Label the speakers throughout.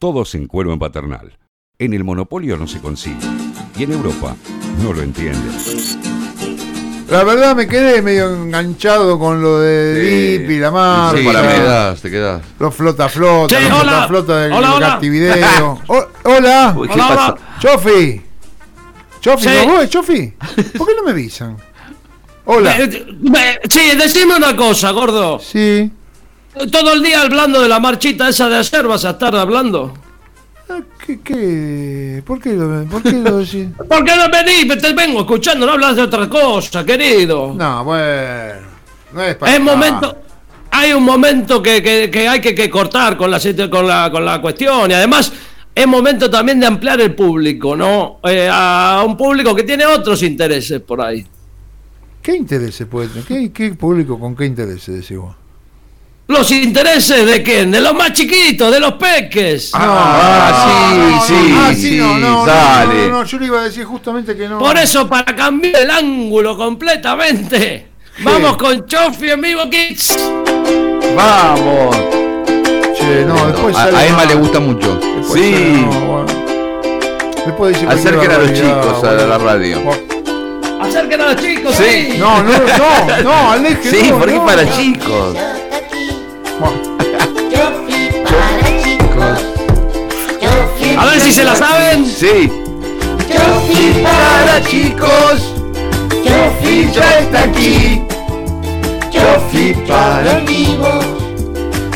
Speaker 1: Todos en cuero en paternal. En el monopolio no se consigue. Y en Europa no lo entienden.
Speaker 2: La verdad me quedé medio enganchado con lo de
Speaker 3: Sí.
Speaker 2: Dip y la marca.
Speaker 3: Sí, Ah, te quedas, te quedas.
Speaker 2: Los flota flota,
Speaker 4: Sí,
Speaker 2: los
Speaker 4: hola.
Speaker 2: flota flota del
Speaker 4: Hola, hola.
Speaker 2: Captivideo. O- hola.
Speaker 3: Uy, ¿qué
Speaker 4: Hola, hola.
Speaker 3: pasa?
Speaker 2: Chofi. Chofi,
Speaker 4: Sí.
Speaker 2: ¿no vos, Chofi? ¿Por qué no me avisan? Hola.
Speaker 4: Eh, eh, Sí, decime una cosa, gordo.
Speaker 2: Sí.
Speaker 4: Todo el día hablando de la marchita esa de ayer vas a estar hablando.
Speaker 2: Ah, ¿Qué, qué? ¿Por qué lo, por qué lo decís?
Speaker 4: ¿Por qué no venís? Te vengo escuchando, no hablas de otra cosa, querido.
Speaker 2: No, bueno. No es para
Speaker 4: Es momento. Hay un momento que, que- que hay que, que cortar con la, situ- con, la, con la cuestión. Y además, es momento también de ampliar el público, ¿no? Eh, a un público que tiene otros intereses por ahí.
Speaker 2: ¿Qué intereses puede tener? ¿Qué, qué público con qué intereses decís vos?
Speaker 4: ¿Los intereses de quién? De los más chiquitos, de los peques.
Speaker 3: Ah, sí, sí,
Speaker 2: ah,
Speaker 3: sí,
Speaker 2: no, no, no,
Speaker 3: dale.
Speaker 2: no, no, yo le iba a decir justamente que no.
Speaker 4: Por eso, para cambiar el ángulo completamente, vamos con Chofi en vivo, Kids.
Speaker 3: Vamos.
Speaker 2: Che, no, después
Speaker 3: a,
Speaker 2: sale
Speaker 3: a Emma
Speaker 2: mal.
Speaker 3: le gusta mucho.
Speaker 2: Después
Speaker 3: Sí.
Speaker 2: sale, no, bueno. Después dice cualquier
Speaker 3: Acerquen a los
Speaker 2: barbaridad,
Speaker 3: chicos a la
Speaker 2: boludo.
Speaker 3: radio.
Speaker 4: Acerquen a los chicos,
Speaker 3: Sí.
Speaker 4: sí.
Speaker 2: No, no, no, no, Aleje.
Speaker 3: Sí,
Speaker 2: no,
Speaker 3: porque
Speaker 2: no.
Speaker 3: para chicos.
Speaker 4: A ver si se la saben.
Speaker 3: Sí. Chofi para chicos. Chofi ya está aquí. Chofi para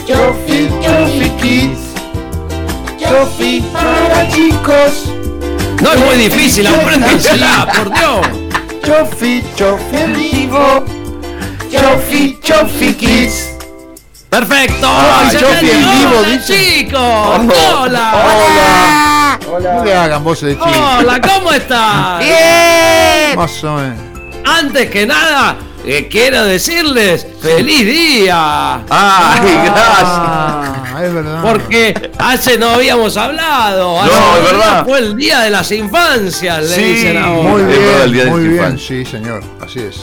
Speaker 3: Chofi, Chofi Kids. Chofi para chicos.
Speaker 4: No es muy difícil, apréndansela, por Dios.
Speaker 3: Chofi, Chofi en vivo. Chofi, Chofi Kids.
Speaker 4: Perfecto.
Speaker 3: Ah,
Speaker 4: Se
Speaker 3: Chofi en
Speaker 4: entendió.
Speaker 3: vivo,
Speaker 4: Hola, chicos. Hola.
Speaker 3: Hola.
Speaker 2: No le hagan voces de chicos.
Speaker 4: Hola, ¿cómo estás?
Speaker 2: Más o menos.
Speaker 4: Antes que nada, eh, quiero decirles feliz
Speaker 3: Ah.
Speaker 4: día.
Speaker 3: Ay, gracias.
Speaker 2: Ah, es verdad.
Speaker 4: Porque hace no habíamos hablado. Hace
Speaker 3: No, es
Speaker 4: poco
Speaker 3: verdad.
Speaker 4: Fue el día de las infancias, le
Speaker 3: Sí,
Speaker 4: dicen ahora.
Speaker 2: Muy
Speaker 3: Es verdad, el Día
Speaker 2: bien,
Speaker 3: de
Speaker 2: muy
Speaker 3: las
Speaker 2: bien.
Speaker 3: Infancias.
Speaker 2: Sí, señor, así es.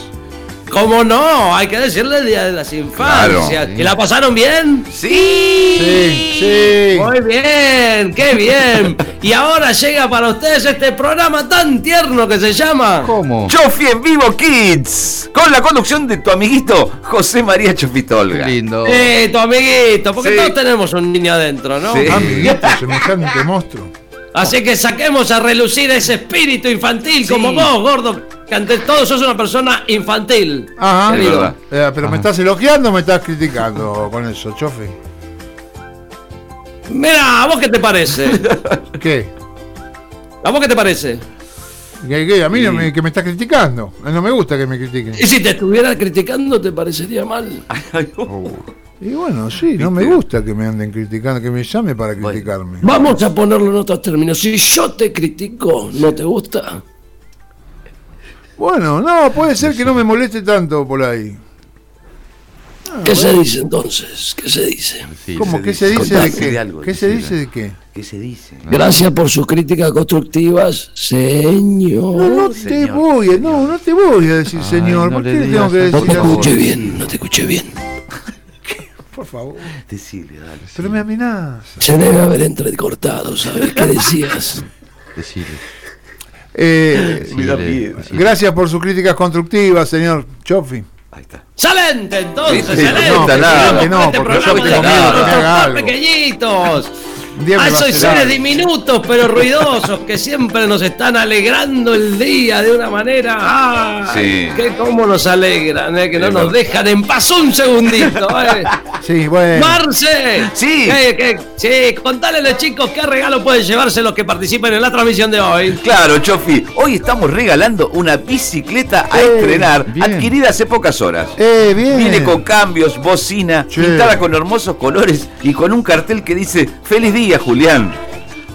Speaker 4: ¿Cómo no? Hay que decirle el día de las infancias.
Speaker 3: Claro.
Speaker 4: ¿Que la pasaron bien?
Speaker 2: Sí, sí.
Speaker 4: Muy bien, qué bien. Y ahora llega para ustedes este programa tan tierno que se llama.
Speaker 2: ¿Cómo?
Speaker 3: Chofi en vivo Kids. Con la conducción de tu amiguito José María Chofitolga.
Speaker 5: Lindo.
Speaker 4: Eh, tu amiguito, porque
Speaker 3: Sí.
Speaker 4: todos tenemos un niño adentro, ¿no?
Speaker 3: Sí.
Speaker 2: Amiguito, Ah, semejante monstruo.
Speaker 4: Así que saquemos a relucir ese espíritu infantil como vos, gordo, que ante todo sos una persona infantil.
Speaker 2: Ajá.
Speaker 3: Es verdad.
Speaker 2: Eh, pero me estás elogiando o me estás criticando con eso, Chofi.
Speaker 4: Mira, ¿a vos qué te parece?
Speaker 2: ¿Qué?
Speaker 4: ¿A vos qué te parece?
Speaker 2: ¿Qué, qué? A mí no me, que me estás criticando. Eh, No me gusta que me critiquen.
Speaker 4: Y si te estuviera criticando, te parecería mal.
Speaker 3: oh.
Speaker 2: Y bueno, sí, no me gusta que me anden criticando, que me llame para criticarme.
Speaker 4: Vamos a ponerlo en otros términos. Si yo te critico, ¿no te gusta?
Speaker 2: Bueno, no, puede ser que no me moleste tanto por ahí.
Speaker 4: ¿Qué se dice entonces? ¿Qué se dice?
Speaker 2: ¿Cómo? ¿Qué se dice de
Speaker 3: Contame de
Speaker 2: qué?
Speaker 3: algo,
Speaker 2: ¿Qué se
Speaker 3: decime.
Speaker 2: dice de qué?
Speaker 3: ¿Qué se dice?
Speaker 4: Gracias por sus críticas constructivas,
Speaker 2: No,
Speaker 4: señor.
Speaker 2: no te voy, a- no, no te voy a decir, señor.
Speaker 5: no
Speaker 2: ¿Por
Speaker 5: le
Speaker 2: qué le tengo
Speaker 5: digas
Speaker 2: que
Speaker 5: eso,
Speaker 4: No
Speaker 2: decir
Speaker 4: te
Speaker 5: por
Speaker 2: algo?
Speaker 5: favor.
Speaker 4: escuché bien, no te escuché bien.
Speaker 2: Por favor.
Speaker 3: Decirle, dale.
Speaker 2: Pero me amenaza.
Speaker 4: Se debe haber entrecortado, ¿sabes qué decías?
Speaker 5: Decile,
Speaker 2: Eh,
Speaker 3: Me da
Speaker 5: decile,
Speaker 3: miedo.
Speaker 5: decile.
Speaker 2: gracias por sus críticas constructivas, señor Chofi.
Speaker 3: Ahí está.
Speaker 4: ¡Salente, entonces!
Speaker 3: Sí, sí,
Speaker 4: ¡Salente!
Speaker 3: no,
Speaker 2: que
Speaker 3: nada,
Speaker 4: Vamos
Speaker 2: que no,
Speaker 4: con este
Speaker 2: porque yo
Speaker 4: programa
Speaker 2: tengo miedo
Speaker 4: de
Speaker 2: que
Speaker 4: adultos,
Speaker 2: me haga
Speaker 4: tan
Speaker 2: algo.
Speaker 4: pequeñitos!
Speaker 2: Un día me
Speaker 4: ¡Ay,
Speaker 2: va a
Speaker 4: soy
Speaker 2: hacer algo.
Speaker 4: seres diminutos, pero ruidosos, que siempre nos están alegrando el día de una manera... ¡Ah!
Speaker 3: Sí.
Speaker 4: ¡Qué cómo nos alegran! eh, Que no nos dejan en paz un segundito, eh.
Speaker 2: Sí, bueno.
Speaker 4: ¡Marce!
Speaker 3: Sí.
Speaker 4: ¿Qué- qué- sí, contale a los chicos qué regalo pueden llevarse los que participen en la transmisión de hoy.
Speaker 3: Claro, Chofi, hoy estamos regalando una bicicleta a estrenar,
Speaker 5: bien.
Speaker 3: adquirida hace pocas horas.
Speaker 2: Eh, bien.
Speaker 3: Viene con cambios, bocina,
Speaker 2: Sí.
Speaker 3: pintada con hermosos colores y con un cartel que dice Feliz día, Julián.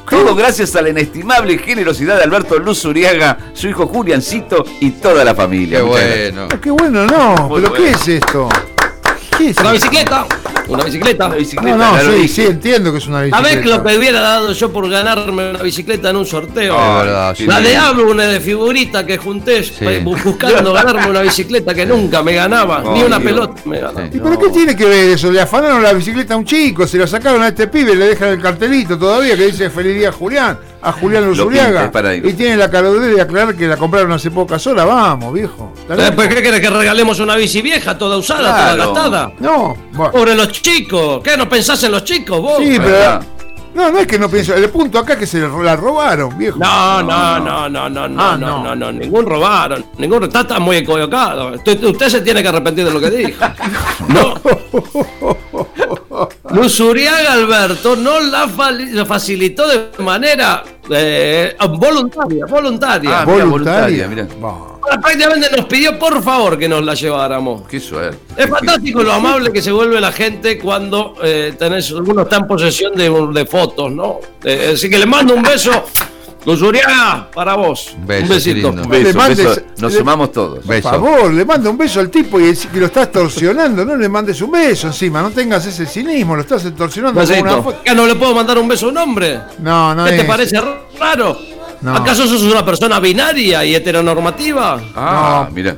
Speaker 3: Todo gracias a la inestimable generosidad de Alberto Luz Uriaga, su hijo Juliancito y toda la familia.
Speaker 5: Qué
Speaker 3: Muchas gracias.
Speaker 5: bueno.
Speaker 2: Ah, Qué bueno, no.
Speaker 3: Muy
Speaker 2: ¿Pero
Speaker 3: bueno.
Speaker 2: qué es esto? ¿Qué es
Speaker 4: La
Speaker 2: esto?
Speaker 4: bicicleta. Una bicicleta.
Speaker 3: Una Ah,
Speaker 2: No,
Speaker 3: bicicleta,
Speaker 2: no,
Speaker 3: ya lo
Speaker 2: sí,
Speaker 3: dije.
Speaker 2: sí, entiendo que es una bicicleta.
Speaker 4: ¿Sabés lo que hubiera dado yo por ganarme una bicicleta en un sorteo?
Speaker 3: Ah,
Speaker 5: verdad, sí.
Speaker 4: La de álbumes de figuritas que junté eh, bu- buscando ganarme una bicicleta que nunca me ganaba, ni
Speaker 3: Oh,
Speaker 4: una
Speaker 3: Dios.
Speaker 4: pelota me ganaba.
Speaker 2: ¿Y pero qué tiene que ver eso? Le afanaron la bicicleta a un chico, se la sacaron a este pibe, le dejan el cartelito todavía que dice Feliz día Julián, a Julián
Speaker 3: pinté
Speaker 2: Luzuriaga.
Speaker 3: para ahí.
Speaker 2: Y tiene la caradura de aclarar que la compraron hace pocas horas, vamos, viejo. ¿Está bien?
Speaker 4: Después, ¿qué querés que regalemos una bici vieja, toda usada,
Speaker 3: Claro.
Speaker 4: toda gastada?
Speaker 2: No, bueno.
Speaker 4: Pobre los chicos, ¿qué? ¿No pensás en los chicos vos?
Speaker 2: Sí, pero.
Speaker 3: ¿verdad?
Speaker 2: No, no es que no pienso. El punto acá es que se la robaron, viejo.
Speaker 4: No, no, no, no, no, no,
Speaker 2: Ah,
Speaker 4: no,
Speaker 2: no.
Speaker 4: no, no, ningún robaron, ningún está, está muy equivocado. Usted, usted se tiene que arrepentir de lo que dijo. No. Luz Uriaga Alberto no la fali- la facilitó de manera eh, voluntaria, voluntaria.
Speaker 3: Ah, mira, voluntaria,
Speaker 2: voluntaria.
Speaker 3: mira.
Speaker 2: Va.
Speaker 4: Prácticamente nos pidió por favor que nos la lleváramos.
Speaker 3: Qué suerte.
Speaker 4: Es fantástico lo amable que se vuelve la gente cuando eh, tenés, uno está en posesión de, de fotos, ¿no? Eh, así que le mando un beso, Luz Uriaga, para vos.
Speaker 5: Un beso,
Speaker 4: un besito.
Speaker 5: qué
Speaker 3: Un
Speaker 5: lindo.
Speaker 2: Le
Speaker 3: beso,
Speaker 2: mandes-
Speaker 3: beso. Nos
Speaker 2: le-
Speaker 3: sumamos todos.
Speaker 5: Beso.
Speaker 2: Por favor, le manda un beso al tipo y decí que lo estás torsionando. No le mandes un beso encima, no tengas ese cinismo, lo estás torsionando con una
Speaker 4: Besito.
Speaker 2: foto.
Speaker 4: ¿Qué, no le puedo mandar un beso a un hombre?
Speaker 2: No, no
Speaker 4: ¿Qué te
Speaker 2: es-
Speaker 4: parece raro?
Speaker 2: No.
Speaker 4: ¿Acaso sos una persona binaria y heteronormativa?
Speaker 3: Ah,
Speaker 2: No.
Speaker 3: mira.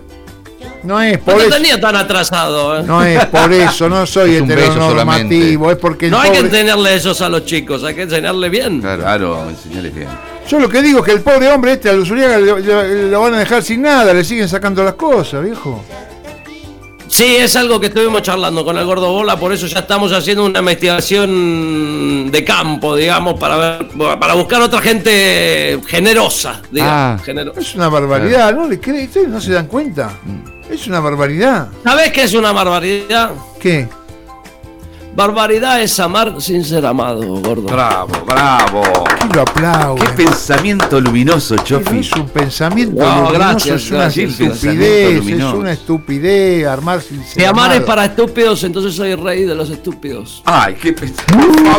Speaker 2: No es
Speaker 4: No
Speaker 2: por
Speaker 4: te
Speaker 2: eso.
Speaker 4: tenía tan atrasado, ¿eh? No,
Speaker 2: No es por eso, no soy
Speaker 5: Es un beso
Speaker 2: heteronormativo,
Speaker 5: solamente.
Speaker 2: es porque el
Speaker 4: hay que
Speaker 2: pobre-
Speaker 4: enseñarle esos a los chicos, hay que enseñarle bien.
Speaker 5: Claro.
Speaker 3: Claro, enseñales bien.
Speaker 2: Yo lo que digo es que el pobre hombre este, al Luzuriaga, lo, lo- lo van a dejar sin nada, le siguen sacando las cosas, viejo.
Speaker 4: Sí, es algo que estuvimos charlando con el Gordo Bola, por eso ya estamos haciendo una investigación de campo, digamos, para ver, para buscar otra gente generosa, digamos.
Speaker 5: Ah.
Speaker 4: genero-
Speaker 2: Es una barbaridad, ¿no? ¿Le creen? ¿Ustedes no se dan cuenta? Es una barbaridad.
Speaker 4: ¿Sabés qué es una barbaridad?
Speaker 2: ¿Qué?
Speaker 4: Barbaridad es amar sin ser amado, gordo.
Speaker 3: Bravo, bravo.
Speaker 2: Y lo aplaude.
Speaker 3: Qué pensamiento luminoso, Chofi.
Speaker 2: Es un pensamiento
Speaker 4: No,
Speaker 2: luminoso,
Speaker 4: gracias,
Speaker 2: es una
Speaker 4: gracias.
Speaker 3: Pensamiento
Speaker 2: estupidez, es
Speaker 3: luminoso.
Speaker 2: una estupidez armar sin
Speaker 4: Si amar es para estúpidos, entonces soy rey de los estúpidos.
Speaker 3: Ay, qué pensamiento.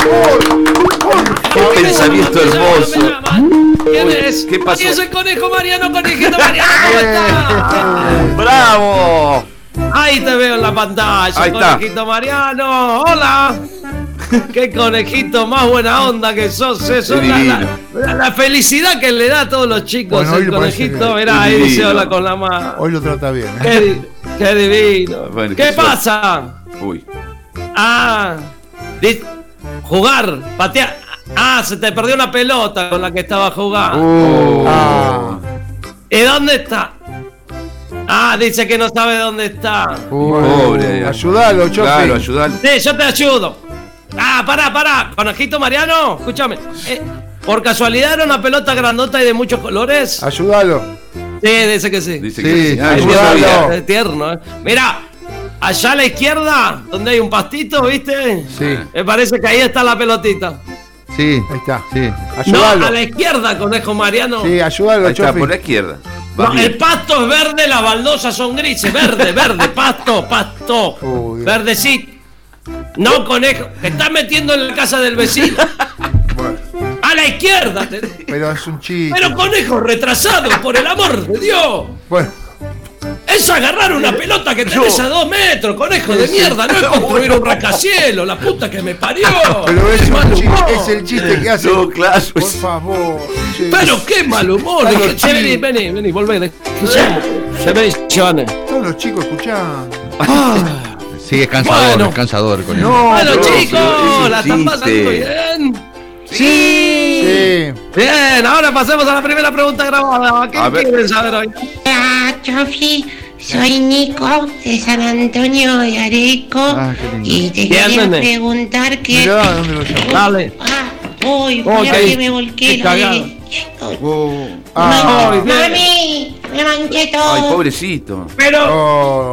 Speaker 3: Qué pensamiento hermoso.
Speaker 4: ¿Quién es?
Speaker 3: ¿Qué pasó?
Speaker 4: Ay, es el conejo Mariano, conejito Mariano, ¿cómo estás?
Speaker 3: ¡Bravo!
Speaker 4: Ahí te veo en la pantalla,
Speaker 3: Ahí está.
Speaker 4: conejito Mariano. Hola. Qué conejito más buena onda que sos. Eso
Speaker 3: Qué
Speaker 4: la,
Speaker 3: divino.
Speaker 4: la- la felicidad que le da a todos los chicos
Speaker 2: Bueno, hoy
Speaker 4: el
Speaker 2: le parece
Speaker 4: conejito.
Speaker 2: que-
Speaker 4: Mirá, ahí
Speaker 3: divino.
Speaker 4: dice hola con la mano.
Speaker 2: Hoy lo trata bien. ¿eh?
Speaker 4: Qué, di- qué divino.
Speaker 3: Bueno,
Speaker 4: ¿Qué
Speaker 3: qué suerte.
Speaker 4: pasa?
Speaker 3: Uy.
Speaker 4: Ah, di- jugar, patear. Ah, se te perdió una pelota con la que estaba jugando.
Speaker 3: Uh.
Speaker 2: Ah,
Speaker 4: ¿Y dónde está? Ah, dice que no sabe dónde está.
Speaker 3: Pobre.
Speaker 2: Ayudalo, Chofi.
Speaker 3: Claro, ayudalo.
Speaker 4: Sí, yo te ayudo. Ah, pará, pará. Conejito Mariano, escúchame. Eh, ¿Por casualidad era una pelota grandota y de muchos colores?
Speaker 2: ayudalo.
Speaker 4: Sí, dice que sí.
Speaker 3: Dice
Speaker 2: Sí,
Speaker 3: que
Speaker 2: Ah. sí,
Speaker 3: Ah, yo
Speaker 2: ayudalo.
Speaker 3: sabía.
Speaker 4: Es tierno, eh. Mirá, allá a la izquierda, donde hay un pastito, ¿viste?
Speaker 5: Sí,
Speaker 4: Me parece que ahí está la pelotita.
Speaker 5: sí,
Speaker 2: Ahí está.
Speaker 5: sí.
Speaker 2: Ayudalo.
Speaker 4: No, a la izquierda, conejo Mariano.
Speaker 2: Sí, ayudalo,
Speaker 3: Ahí está,
Speaker 2: Chofi.
Speaker 3: por la izquierda. Va
Speaker 4: No,
Speaker 3: bien.
Speaker 4: el pasto es verde, las baldosas son grises. Verde, verde, pasto, pasto.
Speaker 2: Oh, Dios.
Speaker 4: Verdecito. No, conejo. Te estás metiendo en la casa del vecino. A la izquierda. te-
Speaker 2: Pero es un chiste.
Speaker 4: Pero conejo retrasado, por el amor de Dios.
Speaker 2: Bueno,
Speaker 4: Es agarrar una pelota que tenés a dos metros, conejo de mierda. No es construir un rascacielos, la puta que me parió.
Speaker 2: pero es,
Speaker 4: Qué mal
Speaker 2: un
Speaker 4: humor.
Speaker 2: chiste, es el chiste que hace.
Speaker 3: No, pues- claro.
Speaker 2: Por favor. che.
Speaker 4: Pero qué mal humor.
Speaker 2: Claro,
Speaker 4: Dije, che,
Speaker 2: sí. Eh.
Speaker 4: Vení, vení, vení, volvé. Se me dice,
Speaker 2: Todos los chicos escuchá.
Speaker 5: Sí, es cansador,
Speaker 4: Bueno.
Speaker 5: es cansador con él.
Speaker 2: No,
Speaker 4: Bueno,
Speaker 3: no, pero
Speaker 4: chicos,
Speaker 3: es
Speaker 4: la
Speaker 3: un
Speaker 4: están pasando
Speaker 3: chiste.
Speaker 4: bien.
Speaker 2: Sí.
Speaker 4: Bien, ahora pasemos a la primera pregunta grabada. ¿Qué
Speaker 3: A ver.
Speaker 4: quieren saber hoy?
Speaker 6: Hola, Chofi. Soy Nico de San Antonio de Areco
Speaker 5: Ah, qué lindo.
Speaker 6: y te
Speaker 4: Bien,
Speaker 6: quería
Speaker 4: nene.
Speaker 6: preguntar que
Speaker 2: Mirá dónde lo llamo.
Speaker 4: Dale.
Speaker 6: ah, uy,
Speaker 4: Oh,
Speaker 6: mirá
Speaker 4: qué-
Speaker 6: que me volqué
Speaker 4: qué
Speaker 6: la
Speaker 4: cagada.
Speaker 6: de- Ay,
Speaker 2: Ah,
Speaker 4: Ay,
Speaker 6: mami, me manché todo.
Speaker 3: Ay, pobrecito.
Speaker 4: Pero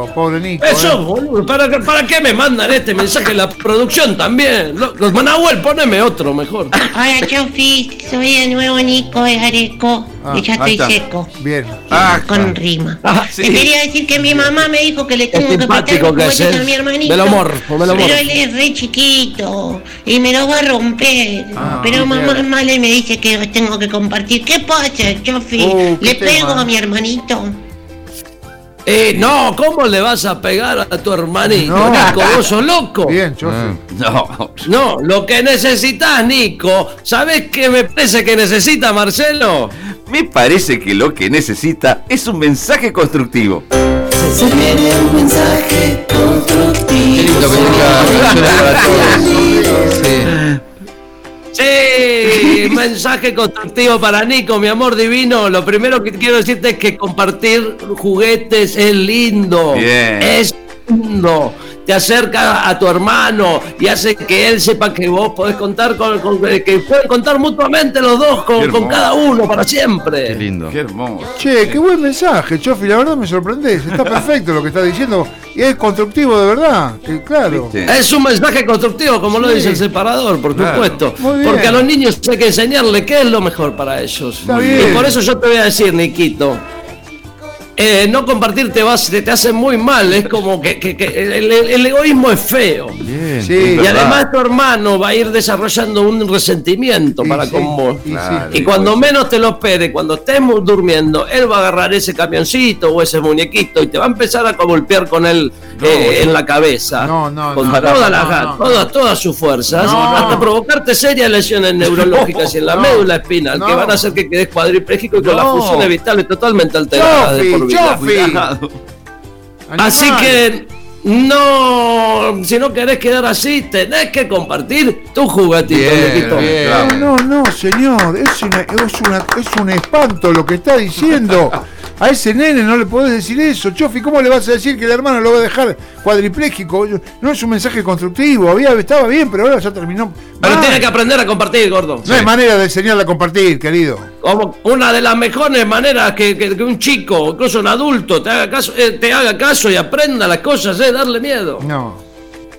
Speaker 2: oh, pobre Nico. eh.
Speaker 4: eso, boludo, ¿para, qué- ¿para qué me mandan este mensaje? La producción también. Lo- Los Manahuel, poneme otro mejor.
Speaker 6: Hola, Chofi. Soy de nuevo Nico de Areco y ya
Speaker 3: ahí
Speaker 6: estoy
Speaker 3: está.
Speaker 6: seco.
Speaker 2: Bien.
Speaker 3: Ah,
Speaker 6: Con rima.
Speaker 4: Ah,
Speaker 3: sí.
Speaker 6: Te quería decir que mi mamá me dijo que le
Speaker 4: Qué
Speaker 6: tengo que pegar
Speaker 4: simpático
Speaker 6: un
Speaker 4: que es.
Speaker 6: juguete a
Speaker 4: ¿eh?
Speaker 6: mi hermanito.
Speaker 4: Me lo morfo, me lo
Speaker 6: Pero
Speaker 4: morfo.
Speaker 6: él es re chiquito y me lo va a romper. pero mamá es mala y me dice que tengo que compartir. ¿Qué pasa, Chofi?
Speaker 2: Oh, qué
Speaker 6: ¿Le
Speaker 2: tema.
Speaker 6: pego a mi hermanito?
Speaker 4: Eh, no, ¿cómo le vas a pegar a tu hermanito,
Speaker 2: No.
Speaker 4: Nico? Vos sos loco.
Speaker 2: Bien, yo
Speaker 3: Ah.
Speaker 2: sí.
Speaker 3: No.
Speaker 4: No, lo que necesitas, Nico. ¿Sabés qué me parece que necesita, Marcelo?
Speaker 3: Me parece que lo que necesita es un mensaje constructivo.
Speaker 7: Se viene un mensaje
Speaker 5: Qué
Speaker 7: constructivo.
Speaker 5: lindo que tenga canciones para todos. Sí.
Speaker 4: Sí, mensaje constructivo para Nico, mi amor divino. Lo primero que quiero decirte es que compartir juguetes es lindo.
Speaker 3: Bien.
Speaker 4: Es lindo. Te acerca a tu hermano y hace que él sepa que vos podés contar con, con- que pueden contar mutuamente los dos
Speaker 3: Qué
Speaker 4: con, con
Speaker 3: hermoso.
Speaker 4: cada uno para siempre.
Speaker 5: Qué lindo. Eh,
Speaker 3: Qué hermoso.
Speaker 2: Che, qué buen mensaje, Chofi. La verdad me sorprendés. Está perfecto lo que estás diciendo. Y es constructivo de verdad. que claro.
Speaker 3: ¿Viste?
Speaker 4: Es un mensaje constructivo, como lo dice el separador, por
Speaker 3: Claro.
Speaker 4: supuesto.
Speaker 2: Muy bien.
Speaker 4: Porque a los niños hay que enseñarle qué es lo mejor para ellos.
Speaker 2: Está
Speaker 4: Y
Speaker 2: bien.
Speaker 4: por eso yo te voy a decir, Niquito. eh, no compartir te, vas- te, te hace muy mal, es como que, que- que el, el- el egoísmo es feo.
Speaker 5: Bien.
Speaker 2: Sí.
Speaker 4: Y
Speaker 3: verdad.
Speaker 4: además tu hermano va a ir desarrollando un resentimiento
Speaker 2: Y
Speaker 4: para
Speaker 2: sí,
Speaker 4: con vos.
Speaker 2: y sí.
Speaker 3: Claro.
Speaker 4: Y cuando
Speaker 2: pues.
Speaker 4: menos te lo espere, cuando estemos durmiendo, él va a agarrar ese camioncito o ese muñequito y te va a empezar a golpear con él eh, en la cabeza.
Speaker 2: No, no,
Speaker 4: Con
Speaker 2: no,
Speaker 4: todas
Speaker 2: no,
Speaker 4: las
Speaker 2: no,
Speaker 4: ga-
Speaker 2: no.
Speaker 4: todas, todas sus fuerzas,
Speaker 2: No.
Speaker 4: hasta provocarte serias lesiones neurológicas y en la
Speaker 2: No,
Speaker 4: médula espinal, que
Speaker 2: no.
Speaker 4: van a hacer que quedes cuadripléjico y con
Speaker 3: No.
Speaker 4: las funciones vitales totalmente alteradas. de
Speaker 2: Chofi,
Speaker 4: por vida.
Speaker 2: Chofi.
Speaker 3: Cuidado.
Speaker 2: Animal.
Speaker 4: Así que no, si no querés quedar así, tenés que compartir tu juguetito,
Speaker 5: Bien,
Speaker 4: loquito.
Speaker 5: bien.
Speaker 2: No, no, no, señor. Es, una- es, una- es un espanto lo que está diciendo. A ese nene no le podés decir eso, Chofi. ¿Cómo le vas a decir que el hermano lo va a dejar cuadripléjico? No es un mensaje constructivo. Había, estaba bien, pero ahora ya terminó.
Speaker 4: Pero
Speaker 2: mal.
Speaker 4: tiene que aprender a compartir, gordo.
Speaker 2: No hay manera de enseñarle a compartir, querido.
Speaker 4: Como una de las mejores maneras que, que- que un chico, incluso un adulto, te haga caso, eh, te haga caso y aprenda las cosas es darle miedo.
Speaker 2: No.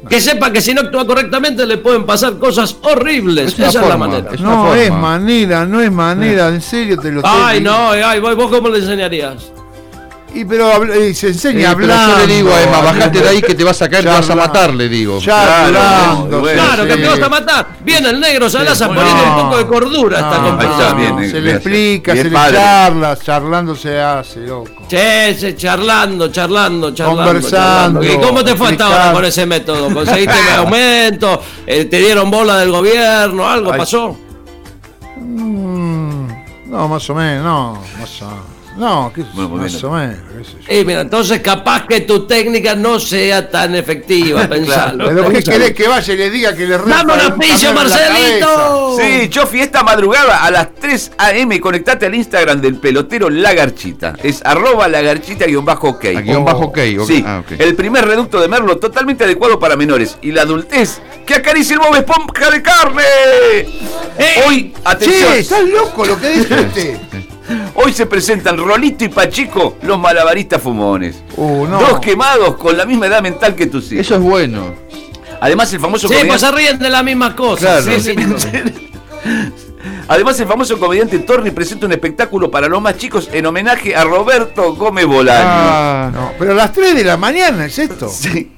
Speaker 4: Que sepa que si no actúa correctamente le pueden pasar cosas horribles.
Speaker 5: Es una
Speaker 4: Esa es la
Speaker 5: forma,
Speaker 4: manera.
Speaker 5: es- una
Speaker 2: No
Speaker 5: forma.
Speaker 2: es manera, no es manera. En serio te lo
Speaker 4: Ay,
Speaker 2: estoy-
Speaker 4: no, ay, vos, vos cómo le enseñarías.
Speaker 2: Y pero habl- eh, se
Speaker 5: Sí,
Speaker 2: enseña
Speaker 5: pero
Speaker 2: hablando.
Speaker 5: yo le digo a Emma, bajate de ahí que te vas a caer, te
Speaker 2: Ya
Speaker 5: vas a
Speaker 2: hablando.
Speaker 5: matar, le digo.
Speaker 2: Ya
Speaker 3: Claro,
Speaker 2: hablando.
Speaker 3: bueno,
Speaker 2: sí,
Speaker 4: claro, que
Speaker 2: sí.
Speaker 4: te vas a matar. Viene el negro Salaza
Speaker 2: No,
Speaker 4: poniendo un poco de cordura a esta
Speaker 2: no,
Speaker 3: Ahí
Speaker 4: conversación.
Speaker 3: está, bien,
Speaker 2: no,
Speaker 3: eh,
Speaker 2: Se le
Speaker 3: gracias.
Speaker 2: explica,
Speaker 3: Bien
Speaker 2: se
Speaker 3: padre.
Speaker 2: le charla, charlando se hace, loco.
Speaker 4: Che, che, charlando, charlando, charlando.
Speaker 2: Conversando,
Speaker 4: charlando. ¿Y cómo te fue hasta ahora
Speaker 2: explicando.
Speaker 4: con ese método? ¿Conseguiste el aumento? Eh, ¿Te dieron bola del gobierno? ¿Algo pasó?
Speaker 2: Mm, no, más o menos, no, más o menos. No, qué sé yo,
Speaker 3: Bueno, muy
Speaker 2: más
Speaker 3: bien.
Speaker 2: o menos, qué sé yo.
Speaker 4: Y mira, Eh, entonces capaz que tu técnica no sea tan efectiva, pensalo.
Speaker 2: Pero qué querés que vaya y le diga que le
Speaker 4: ¡Dame un auspicio, Marcelito!
Speaker 5: Oh.
Speaker 3: Sí, Chofi, esta madrugada a las 3 am conectate al Instagram del pelotero Lagarchita. Es arroba lagarchita-ok.
Speaker 5: A Ah, guión bajo ok. ok.
Speaker 3: Sí,
Speaker 5: Ah, ok.
Speaker 3: el primer reducto de Merlo totalmente adecuado para menores y la adultez que acaricia el Bob Esponja de carne. Hoy, atención,
Speaker 2: Che, estás loco lo que dijiste.
Speaker 3: hoy se presentan Rolito y Pachico, los malabaristas fumones.
Speaker 2: Uh, no.
Speaker 3: Dos quemados con la misma edad mental que tus hijos.
Speaker 5: Oh, Eso es bueno.
Speaker 3: Además, el famoso
Speaker 4: Sí, pues
Speaker 3: comediante...
Speaker 4: se ríen de la misma cosa.
Speaker 5: Claro.
Speaker 4: sí, sí.
Speaker 3: Además, el famoso comediante Torri presenta un espectáculo para los más chicos en homenaje a Roberto Gómez Bolaño.
Speaker 5: Ah,
Speaker 2: No, pero a las 3 de la mañana es esto.
Speaker 3: Sí.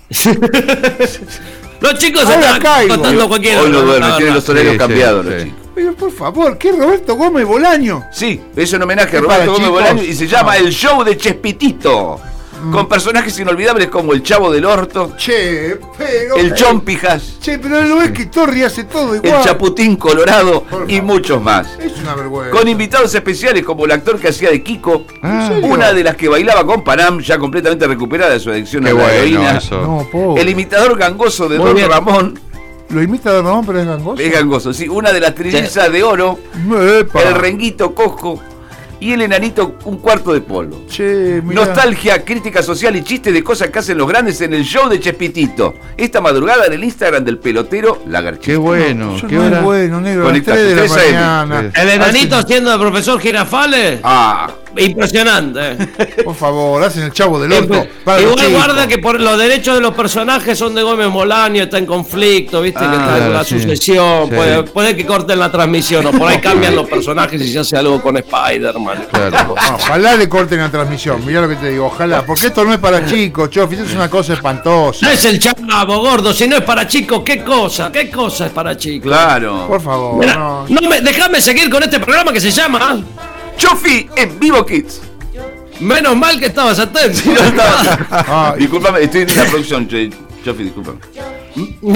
Speaker 4: Los chicos se
Speaker 2: Ahora
Speaker 4: están
Speaker 2: caigo.
Speaker 4: contando cualquiera.
Speaker 3: Hoy no
Speaker 4: la
Speaker 3: duermen,
Speaker 4: verdad.
Speaker 3: tienen los horarios
Speaker 5: Sí,
Speaker 3: cambiados
Speaker 5: sí,
Speaker 3: los
Speaker 5: sí.
Speaker 3: chicos.
Speaker 2: Pero por favor, ¿qué Roberto Gómez Bolaño?
Speaker 3: Sí, es un homenaje a
Speaker 2: Es para
Speaker 3: Roberto Gómez
Speaker 2: chicos.
Speaker 3: Bolaño y se llama
Speaker 2: No.
Speaker 3: El Show de Chespitito. Con personajes inolvidables como el Chavo del Orto,
Speaker 2: Che, pero.
Speaker 3: el Chompijas,
Speaker 2: Che, pero lo es que Torri hace todo igual.
Speaker 3: el Chaputín Colorado
Speaker 2: Por
Speaker 3: y
Speaker 2: favor.
Speaker 3: muchos más.
Speaker 2: Es una vergüenza.
Speaker 3: Con invitados especiales como el actor que hacía de Kiko,
Speaker 5: Ah. ¿En serio?
Speaker 3: una de las que bailaba con Panam, ya completamente recuperada de su adicción
Speaker 5: qué
Speaker 3: a la
Speaker 5: bueno
Speaker 3: heroína.
Speaker 5: eso.
Speaker 2: No, pobre.
Speaker 3: El imitador gangoso de
Speaker 4: Muy
Speaker 3: Don
Speaker 4: bien.
Speaker 3: Ramón,
Speaker 2: Lo imita Don Ramón, pero es gangoso.
Speaker 3: es gangoso, sí, una de las trillizas de oro,
Speaker 2: Epa.
Speaker 3: el renguito cojo y el enanito un cuarto de polvo.
Speaker 2: Che, mirá.
Speaker 3: Nostalgia, crítica social y chistes de cosas que hacen los grandes en el show de Chespitito. Esta madrugada en el Instagram del pelotero
Speaker 5: Qué
Speaker 3: Lagarchito.
Speaker 5: bueno.
Speaker 2: Yo
Speaker 5: qué
Speaker 2: no es
Speaker 5: hora.
Speaker 2: bueno, negro. A las
Speaker 3: Conectate,
Speaker 2: 3 de la
Speaker 3: 3 AM.
Speaker 2: mañana.
Speaker 4: El enanito haciendo de profesor Girafales.
Speaker 3: Ah,
Speaker 4: Impresionante.
Speaker 2: Por favor, hacen el chavo del orto. para los
Speaker 4: Igual
Speaker 2: chicos.
Speaker 4: guarda que por los derechos de los personajes son de Gómez Molaño, está en conflicto, viste, que está
Speaker 5: claro,
Speaker 4: la
Speaker 5: sí.
Speaker 4: sucesión,
Speaker 5: Sí.
Speaker 4: Puede, puede que corten la transmisión, o por ahí cambian los personajes y se hace algo con Spider-Man.
Speaker 5: Claro.
Speaker 2: Ojalá le corten la transmisión, mirá lo que te digo, ojalá, porque esto no es para chicos, chofi, esto es una cosa
Speaker 4: No
Speaker 2: espantosa.
Speaker 4: es el chavo gordo, si no es para chicos, ¿qué cosa? ¿Qué cosa es para chicos?
Speaker 2: Por
Speaker 3: claro.
Speaker 2: favor,
Speaker 4: Mirá,
Speaker 2: no.
Speaker 4: no me, déjame seguir con este programa que se llama.
Speaker 3: Chofi en Vivo Kids.
Speaker 4: Menos mal que estabas atento.
Speaker 3: No
Speaker 2: Ah,
Speaker 3: estaba- Discúlpame, estoy en la producción, che- Chofi, discúlpame.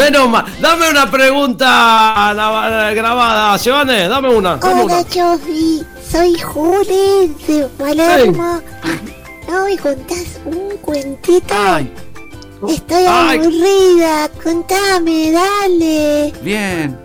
Speaker 4: Menos mal. Dame una pregunta la- grabada, Sebane. Dame una. Dame una.
Speaker 8: Hola Chofi, soy Julen de Palermo. No me contás un cuentito.
Speaker 3: Ay,
Speaker 8: Estoy
Speaker 4: Ay.
Speaker 8: aburrida, contame, dale.
Speaker 3: bien.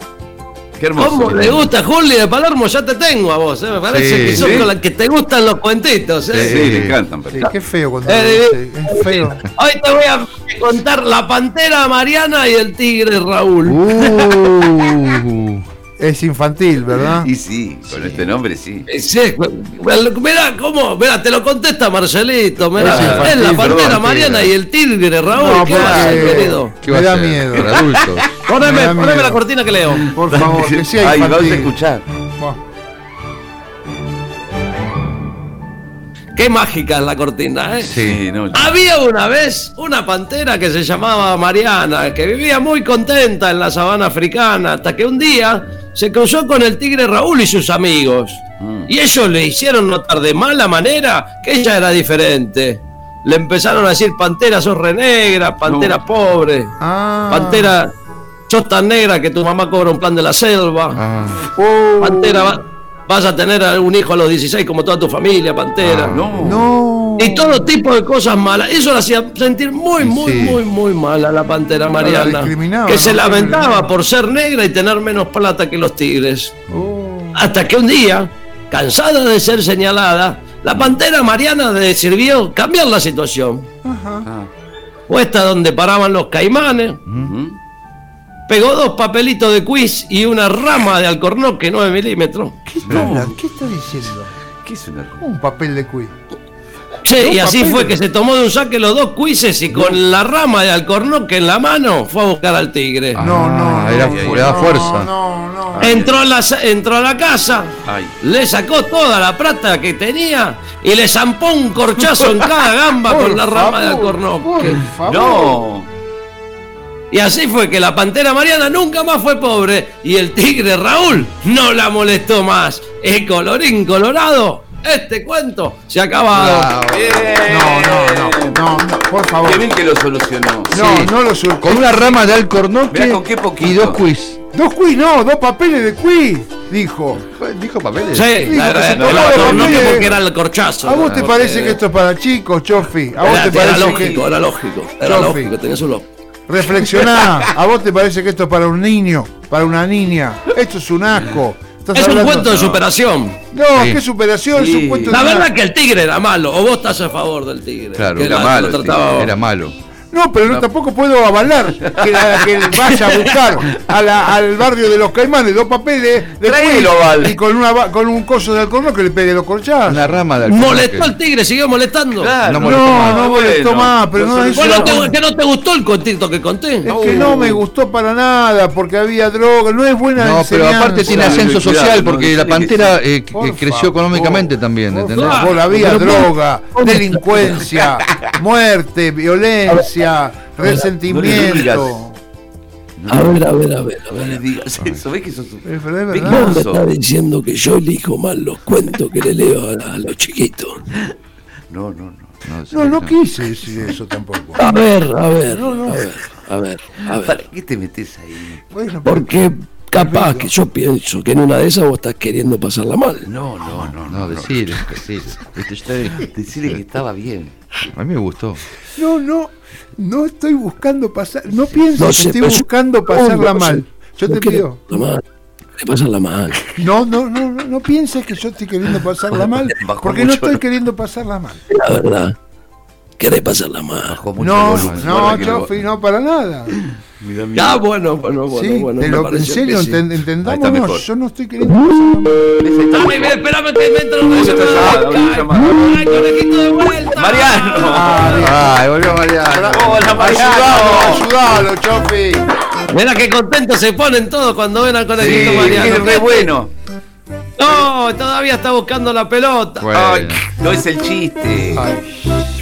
Speaker 3: Qué hermoso.
Speaker 4: ¿Cómo le gusta Juli de Palermo? Ya te tengo a vos, eh, me parece
Speaker 5: Sí,
Speaker 4: que sos
Speaker 3: sí.
Speaker 4: con la que te gustan los cuentitos.
Speaker 3: Sí,
Speaker 4: eh.
Speaker 3: le encantan.
Speaker 2: Sí,
Speaker 3: pero-
Speaker 2: qué feo cuando
Speaker 4: Eh,
Speaker 2: sí, es feo.
Speaker 4: Hoy te voy a contar la pantera Mariana y el tigre Raúl.
Speaker 2: Uh, es infantil, ¿verdad?
Speaker 3: Y sí, con este nombre sí.
Speaker 4: Eh, Sí, mira cómo, mira, te lo contesta Marcelito, mirá,
Speaker 2: Es infantil,
Speaker 4: es la pantera
Speaker 5: perdón,
Speaker 4: Mariana
Speaker 5: tigre.
Speaker 4: y el tigre Raúl,
Speaker 2: No,
Speaker 4: ¿qué
Speaker 2: porque-
Speaker 4: vas a hacer, querido?
Speaker 5: ¿Qué
Speaker 2: Me
Speaker 5: va a
Speaker 2: da
Speaker 5: ser?
Speaker 2: miedo.
Speaker 5: Para adultos.
Speaker 2: Me
Speaker 4: Poneme,
Speaker 2: da
Speaker 4: poneme
Speaker 2: miedo.
Speaker 4: la cortina que leo.
Speaker 2: Por favor, que sea
Speaker 3: Ay, vamos a
Speaker 2: infantil.
Speaker 3: escuchar.
Speaker 2: Buah.
Speaker 4: Qué mágica es la cortina, ¿eh?
Speaker 3: Sí, no.
Speaker 2: Ah,
Speaker 4: Había una vez una pantera que se llamaba Mariana, que vivía muy contenta en la sabana africana, hasta que un día se cruzó con el tigre Raúl y sus amigos.
Speaker 3: Mm.
Speaker 4: Y ellos le hicieron notar de mala manera que ella era diferente. Le empezaron a decir, pantera sos re negra, pantera
Speaker 3: No.
Speaker 4: pobre,
Speaker 2: Ah.
Speaker 4: pantera sos tan negra que tu mamá cobra un plan de la selva.
Speaker 5: Ah,
Speaker 2: Uh,
Speaker 4: Pantera, va- vas a tener a un hijo a los 16 como toda tu familia, Pantera.
Speaker 3: Ah, No.
Speaker 2: No.
Speaker 4: Y todo tipo de cosas malas. Eso la hacía sentir muy, muy,
Speaker 5: sí.
Speaker 4: muy, muy mala la Pantera
Speaker 2: la
Speaker 4: Mariana.
Speaker 2: discriminaba,
Speaker 4: que
Speaker 2: ¿no?
Speaker 4: se lamentaba
Speaker 2: Discriminaba.
Speaker 4: por ser negra y tener menos plata que los tigres.
Speaker 2: Uh,
Speaker 4: Hasta que un día, cansada de ser señalada, la Pantera Mariana decidió cambiar la situación.
Speaker 3: Ah,
Speaker 4: Puesta donde paraban los caimanes,
Speaker 3: ujú.
Speaker 4: pegó dos papelitos de quiz y una rama de alcornoque 9 milímetros.
Speaker 2: ¿Qué está, hablando? ¿Qué está diciendo?
Speaker 3: ¿Qué es una-
Speaker 2: Un papel de cuí.
Speaker 4: Sí,
Speaker 2: Dos
Speaker 4: y así
Speaker 2: papeles.
Speaker 4: fue que se tomó de un saque los dos cuises y con la rama de alcornoque en la mano fue a buscar al tigre.
Speaker 5: Ah,
Speaker 2: No, no, no,
Speaker 5: era-
Speaker 2: no,
Speaker 5: le da fuerza.
Speaker 2: No, no.
Speaker 4: Entró a, la, sa- entró a la casa,
Speaker 3: Ay.
Speaker 4: le sacó toda la plata que tenía y le zampó un corchazo en cada gamba
Speaker 2: Por
Speaker 4: con la rama de
Speaker 2: favor,
Speaker 4: alcornoque.
Speaker 2: por favor.
Speaker 3: No.
Speaker 4: Y así fue que la pantera Mariana nunca más fue pobre y el tigre Raúl no la molestó más. Y colorín colorado, este cuento se
Speaker 2: Ah,
Speaker 4: acaba.
Speaker 5: Ah,
Speaker 2: No, no, no, no, no, por favor.
Speaker 3: Qué bien que lo solucionó.
Speaker 2: No,
Speaker 5: Sí.
Speaker 2: no lo sur.
Speaker 5: Con una rama de alcornoque
Speaker 3: Mirá con qué poquito.
Speaker 5: y dos quiz.
Speaker 2: Dos cuí, no, dos papeles de cuí, dijo.
Speaker 5: Dijo papeles.
Speaker 4: Sí,
Speaker 2: Digo,
Speaker 4: la
Speaker 2: que se
Speaker 4: verdad, no,
Speaker 2: tomó los
Speaker 4: no, no,
Speaker 2: papeles.
Speaker 4: porque era el corchazo.
Speaker 2: ¿A vos
Speaker 4: ¿no?
Speaker 2: te
Speaker 4: Porque-
Speaker 2: parece que esto es para chicos, Chofi? ¿A vos
Speaker 4: Era,
Speaker 2: te
Speaker 4: era
Speaker 2: parece
Speaker 4: lógico,
Speaker 2: que
Speaker 4: era lógico, era
Speaker 2: Chofi.
Speaker 4: lógico, tenés un lógico.
Speaker 2: reflexioná? ¿A vos te parece que esto es para un niño, para una niña? Esto es un asco. Estás
Speaker 4: Es un
Speaker 2: hablando-
Speaker 4: cuento de superación.
Speaker 2: No,
Speaker 5: Sí.
Speaker 2: qué superación, es
Speaker 3: Sí.
Speaker 2: un cuento
Speaker 4: La
Speaker 2: de
Speaker 4: verdad que el tigre era malo, o vos estás a favor del tigre.
Speaker 5: Claro,
Speaker 4: Este, que
Speaker 5: era
Speaker 4: la-
Speaker 3: malo
Speaker 4: lo
Speaker 3: el
Speaker 4: trataba-
Speaker 5: Era malo.
Speaker 2: No, pero no, tampoco puedo avalar que, la- que vaya a buscar a la- al barrio de los caimanes dos papeles de
Speaker 3: Traelo,
Speaker 2: cuero
Speaker 3: Val.
Speaker 2: y con, una, va- con un coso de alcorno que le pegue los corchados.
Speaker 5: Una rama de alcornoque.
Speaker 4: Molestó al tigre, siguió molestando.
Speaker 5: No
Speaker 3: Claro.
Speaker 5: molestó
Speaker 2: No,
Speaker 5: más.
Speaker 2: no molestó
Speaker 3: Bueno,
Speaker 2: más, pero no
Speaker 3: entonces-
Speaker 2: es
Speaker 4: ¿Vos
Speaker 2: una-
Speaker 4: no te, que no te gustó el contito que conté?
Speaker 2: Es que no me gustó para nada porque había droga, no es buena
Speaker 5: No, pero
Speaker 2: enseñanza.
Speaker 5: aparte tiene
Speaker 3: Claro,
Speaker 5: ascenso
Speaker 3: cuidado,
Speaker 5: social
Speaker 3: no,
Speaker 5: porque la
Speaker 3: tiene que
Speaker 5: pantera eh, que-
Speaker 2: Por
Speaker 5: que creció
Speaker 2: favor,
Speaker 5: económicamente
Speaker 2: por
Speaker 5: también,
Speaker 2: favor,
Speaker 5: ¿entendés?
Speaker 4: favor.
Speaker 2: Por había
Speaker 4: Pero vos-
Speaker 2: droga, delincuencia, muerte, violencia, resentimiento.
Speaker 4: A ver, a ver, a ver, a
Speaker 3: No
Speaker 4: ver.
Speaker 3: le digas eso, ¿ves que sos un-
Speaker 2: Es verdad, es
Speaker 3: Big
Speaker 2: verdad.
Speaker 3: Mom me está
Speaker 4: diciendo que yo elijo mal los cuentos que le leo a, los chiquitos.
Speaker 3: No, no, no.
Speaker 2: No, no quise decir eso tampoco.
Speaker 4: A ver, a ver, a ver, a ver, a
Speaker 3: ¿Para qué te metes ahí?
Speaker 2: Bueno,
Speaker 4: Porque capaz que yo pienso que en una de esas vos estás queriendo pasarla mal.
Speaker 3: No, no, no.
Speaker 5: No, decir, decir. Viste, yo te-
Speaker 3: Decirle que estaba bien.
Speaker 5: A mí me gustó.
Speaker 2: No, no, no estoy buscando pasar, no pienso
Speaker 4: No
Speaker 2: que
Speaker 4: sé,
Speaker 2: estoy
Speaker 4: pero yo-
Speaker 2: buscando
Speaker 4: no,
Speaker 2: pasarla
Speaker 4: no sé.
Speaker 2: mal. Yo te pido,
Speaker 4: Le pasarla mal.
Speaker 2: no, no, no, no, no pienses que yo estoy queriendo pasarla mal,
Speaker 3: Bajó
Speaker 2: porque no
Speaker 3: mucho,
Speaker 2: estoy
Speaker 3: ¿no?
Speaker 2: queriendo pasarla mal.
Speaker 4: La verdad. Querés pasarla mal.
Speaker 3: Bajó mucho
Speaker 2: No,
Speaker 3: el volumen,
Speaker 2: no,
Speaker 3: guarda que lo-
Speaker 2: Chofi, no para nada.
Speaker 4: Ya, bueno, bueno, bueno,
Speaker 2: Sí,
Speaker 4: bueno.
Speaker 2: te
Speaker 4: me
Speaker 2: lo- en
Speaker 4: pareció
Speaker 2: serio,
Speaker 4: que sí.
Speaker 2: enten-
Speaker 3: Ahí está mejor.
Speaker 2: entendámonos, yo no estoy queriendo pasarla mal.
Speaker 4: Dale, ve, espérame que me entra una
Speaker 3: llamada, una llamada.
Speaker 4: ¡Ay, conejito de vuelta!
Speaker 3: Mariano.
Speaker 5: Ay, volvió Mariano.
Speaker 3: Hola,
Speaker 2: Ayudalo,
Speaker 3: Mariano.
Speaker 2: ayudalo, Chofi.
Speaker 4: Mira qué contentos se ponen todos cuando ven al
Speaker 3: Sí,
Speaker 4: conejito Mariano.
Speaker 3: es re bueno.
Speaker 4: No, todavía está buscando la pelota.
Speaker 3: Ay,
Speaker 5: Bueno.
Speaker 3: no es el chiste.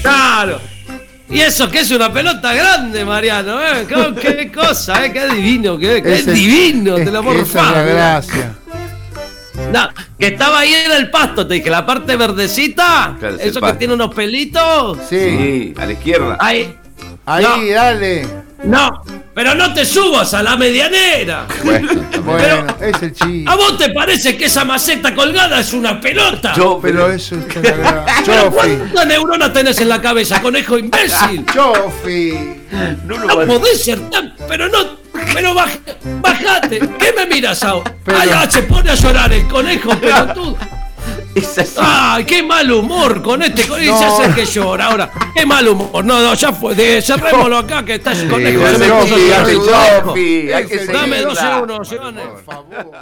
Speaker 4: Claro. Y eso que es una pelota grande, Mariano, ¿eh? Qué, qué cosa, ¿eh? Qué divino, qué, qué
Speaker 2: Ese-
Speaker 4: divino,
Speaker 2: es
Speaker 4: te lo
Speaker 2: que
Speaker 4: morfás.
Speaker 2: Esa es la gracia.
Speaker 4: No, que estaba ahí en el pasto, te dije, la parte verdecita,
Speaker 3: Claro, es el
Speaker 4: eso que
Speaker 3: pasto.
Speaker 4: tiene unos pelitos.
Speaker 2: Sí.
Speaker 3: Sí, a la izquierda.
Speaker 4: Ahí,
Speaker 2: Ahí,
Speaker 4: No.
Speaker 2: dale.
Speaker 4: no, pero no te subas a la medianera.
Speaker 5: Bueno,
Speaker 2: Bueno, es el chiste.
Speaker 4: ¿A vos te parece que esa maceta colgada es una pelota?
Speaker 3: Ah, Yo,
Speaker 2: Pero eso es la verdad.
Speaker 4: ¿Pero
Speaker 2: Chofi.
Speaker 4: ¿Cuántas neuronas tenés en la cabeza, conejo imbécil?
Speaker 2: Chofi.
Speaker 3: no lo
Speaker 4: No
Speaker 3: van-
Speaker 4: podés ser tan. Pero no. Pero baj- bajate. ¿Qué me miras ahora?
Speaker 2: Pero-
Speaker 4: Ay, ah, se pone a llorar el conejo, pelotudo.
Speaker 3: Es así.
Speaker 4: ¡Ay, qué mal humor con este! Con, y se
Speaker 2: No.
Speaker 4: hace el que llora ahora. ¡Qué mal humor! No, no, ya fue. de- cerrémoslo acá que está el conejo.
Speaker 2: bueno,
Speaker 4: se me
Speaker 2: Chofi,
Speaker 4: puso
Speaker 2: Chofi,
Speaker 4: llorar el
Speaker 2: Chofi.
Speaker 4: conejo.
Speaker 3: Hay que
Speaker 2: Dame
Speaker 4: Dame
Speaker 3: seguirla.
Speaker 4: dos euros, Iván.
Speaker 2: Por favor.